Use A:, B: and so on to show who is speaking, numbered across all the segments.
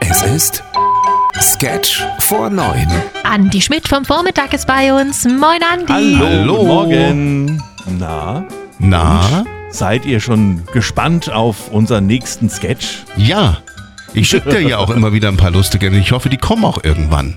A: Es ist Sketch vor neun.
B: Andi Schmidt vom Vormittag ist bei uns. Moin Andi.
A: Hallo.
C: Guten Morgen. Na,
D: Na?
C: seid ihr schon gespannt auf unseren nächsten Sketch?
D: Ja. Ich schicke dir ja auch immer wieder ein paar lustige. und Ich hoffe, die kommen auch irgendwann.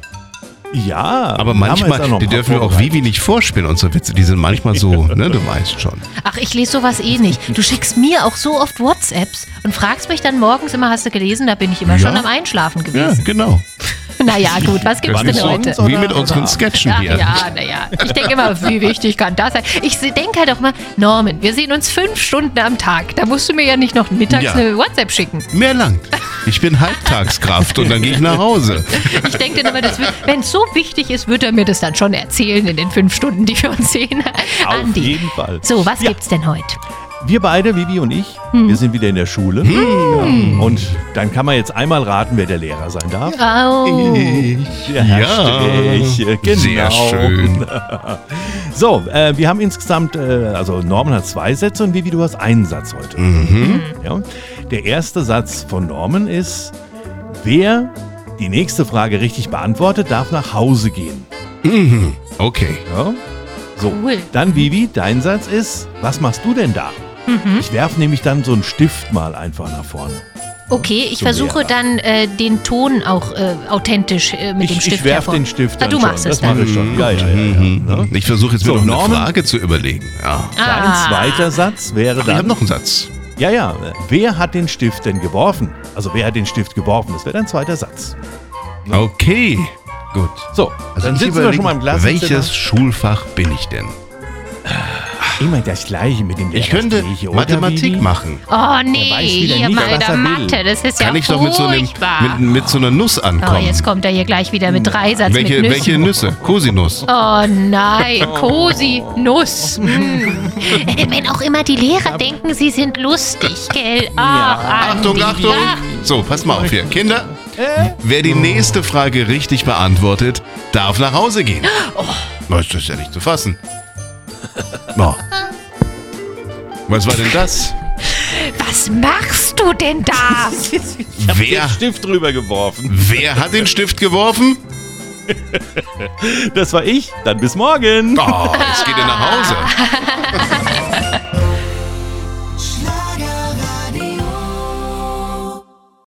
C: Ja.
D: Aber
C: wir haben jetzt auch noch
D: manchmal,
C: ein
D: die
C: paar
D: dürfen wir auch
C: vorbereitet.
D: Vivi nicht vorspielen und so Witze. Die sind manchmal so, ne? Du weißt schon.
B: Ach, ich lese sowas eh nicht. Du schickst mir auch so oft WhatsApps und fragst mich dann morgens immer, hast du gelesen? Da bin ich immer
D: Ja.
B: schon am Einschlafen
D: Ja,
B: gewesen.
D: genau.
B: Naja, gut, was gibt's
D: Das
B: denn
D: ist so,
B: heute?
D: wie mit unseren Sketchen
B: Ach
D: hier.
B: ja, naja. Ich denke immer, wie wichtig kann das sein? Ich denke halt auch mal, Norman, wir sehen uns fünf Stunden am Tag. Da musst du mir ja nicht noch mittags
D: Ja.
B: eine WhatsApp schicken.
D: Mehr lang. Ich bin Halbtagskraft und dann gehe ich nach Hause.
B: Ich denke dann immer, wenn es so wichtig ist, wird er mir das dann schon erzählen in den fünf Stunden, die wir uns sehen.
C: Auf
B: Andi.
C: jeden Fall.
B: So, was Hm. gibt's denn heute?
C: Wir beide, Vivi und ich, wir sind wieder in der Schule. Ja. Und dann kann man jetzt einmal raten, wer der Lehrer sein darf.
D: Äh,
B: Oh.
C: Strich, äh, genau.
D: Sehr schön.
C: So, äh, wir haben insgesamt, äh, also Norman hat zwei Sätze und Vivi, du hast einen Satz heute.
D: Mhm.
C: Ja? Der erste Satz von Norman ist, wer die nächste Frage richtig beantwortet, darf nach Hause gehen.
D: Okay.
C: Ja? So,
B: Cool.
C: dann Vivi, dein Satz ist, was machst du denn da?
B: Mhm.
C: Ich werfe nämlich dann so einen Stift mal einfach nach vorne.
B: Okay, ich
C: Zum
B: versuche
C: Lehrer.
B: dann äh, den Ton auch äh, authentisch äh, mit dem
C: ich
B: Stift
C: ich werfe
B: hervor.
C: den Stift
B: Ah,
C: dann
B: du
C: schon.
B: machst es
C: das
B: dann.
C: mache ich schon. Ja, ja, ja, ja, ja. Ne?
D: Mhm. Ich versuche jetzt
C: So,
D: mir noch eine
C: Norman?
D: Frage zu überlegen. Ja.
C: Dein
B: Ah.
D: Ah.
C: zweiter Satz wäre
D: Ich habe
C: dann,
D: noch einen Satz.
C: Ja, ja. Wer hat den Stift denn geworfen? Also wer hat den Stift geworfen? Das wäre dein zweiter Satz.
D: Okay. Gut.
C: So,
D: Also
C: dann
D: ich
C: sitzen wir
D: überlege,
C: schon mal im Glas.
D: Welches Schulfach bin ich denn?
C: Immer das Gleiche mit dem
D: Ich könnte
C: Lehrergespräche, oder,
D: Mathematik
C: Vivi?
D: machen.
B: Oh nee,
C: Der weiß wieder
B: hier
C: nicht,
B: mal
C: was
B: wieder
C: er will.
B: Mathe, das ist ja
D: Kann ich doch mit so, einem,
B: furchtbar.
D: mit, mit so einer Nuss
B: oh,
D: ankommen.
B: jetzt kommt er hier gleich wieder
C: Hm.
B: mit Dreisatz
D: welche,
B: mit Nüssen.
D: welche Nüsse? Cosinus.
B: Oh nein, Cosi, Nuss. Mm. Wenn auch immer die Lehrer denken, sie sind lustig, gell? Ach, Andi.
D: Achtung, Achtung! So, pass mal auf hier. Kinder, wer die nächste Frage richtig beantwortet, darf nach Hause gehen.
B: Oh.
D: Na, ist das ja nicht zu fassen. Na. Was war denn das?
B: Was machst du denn da?
D: Wer,
C: Den Stift drüber geworfen.
D: wer hat den Stift geworfen?
C: Das war ich. Dann bis morgen.
D: Oh, jetzt geht er nach Hause.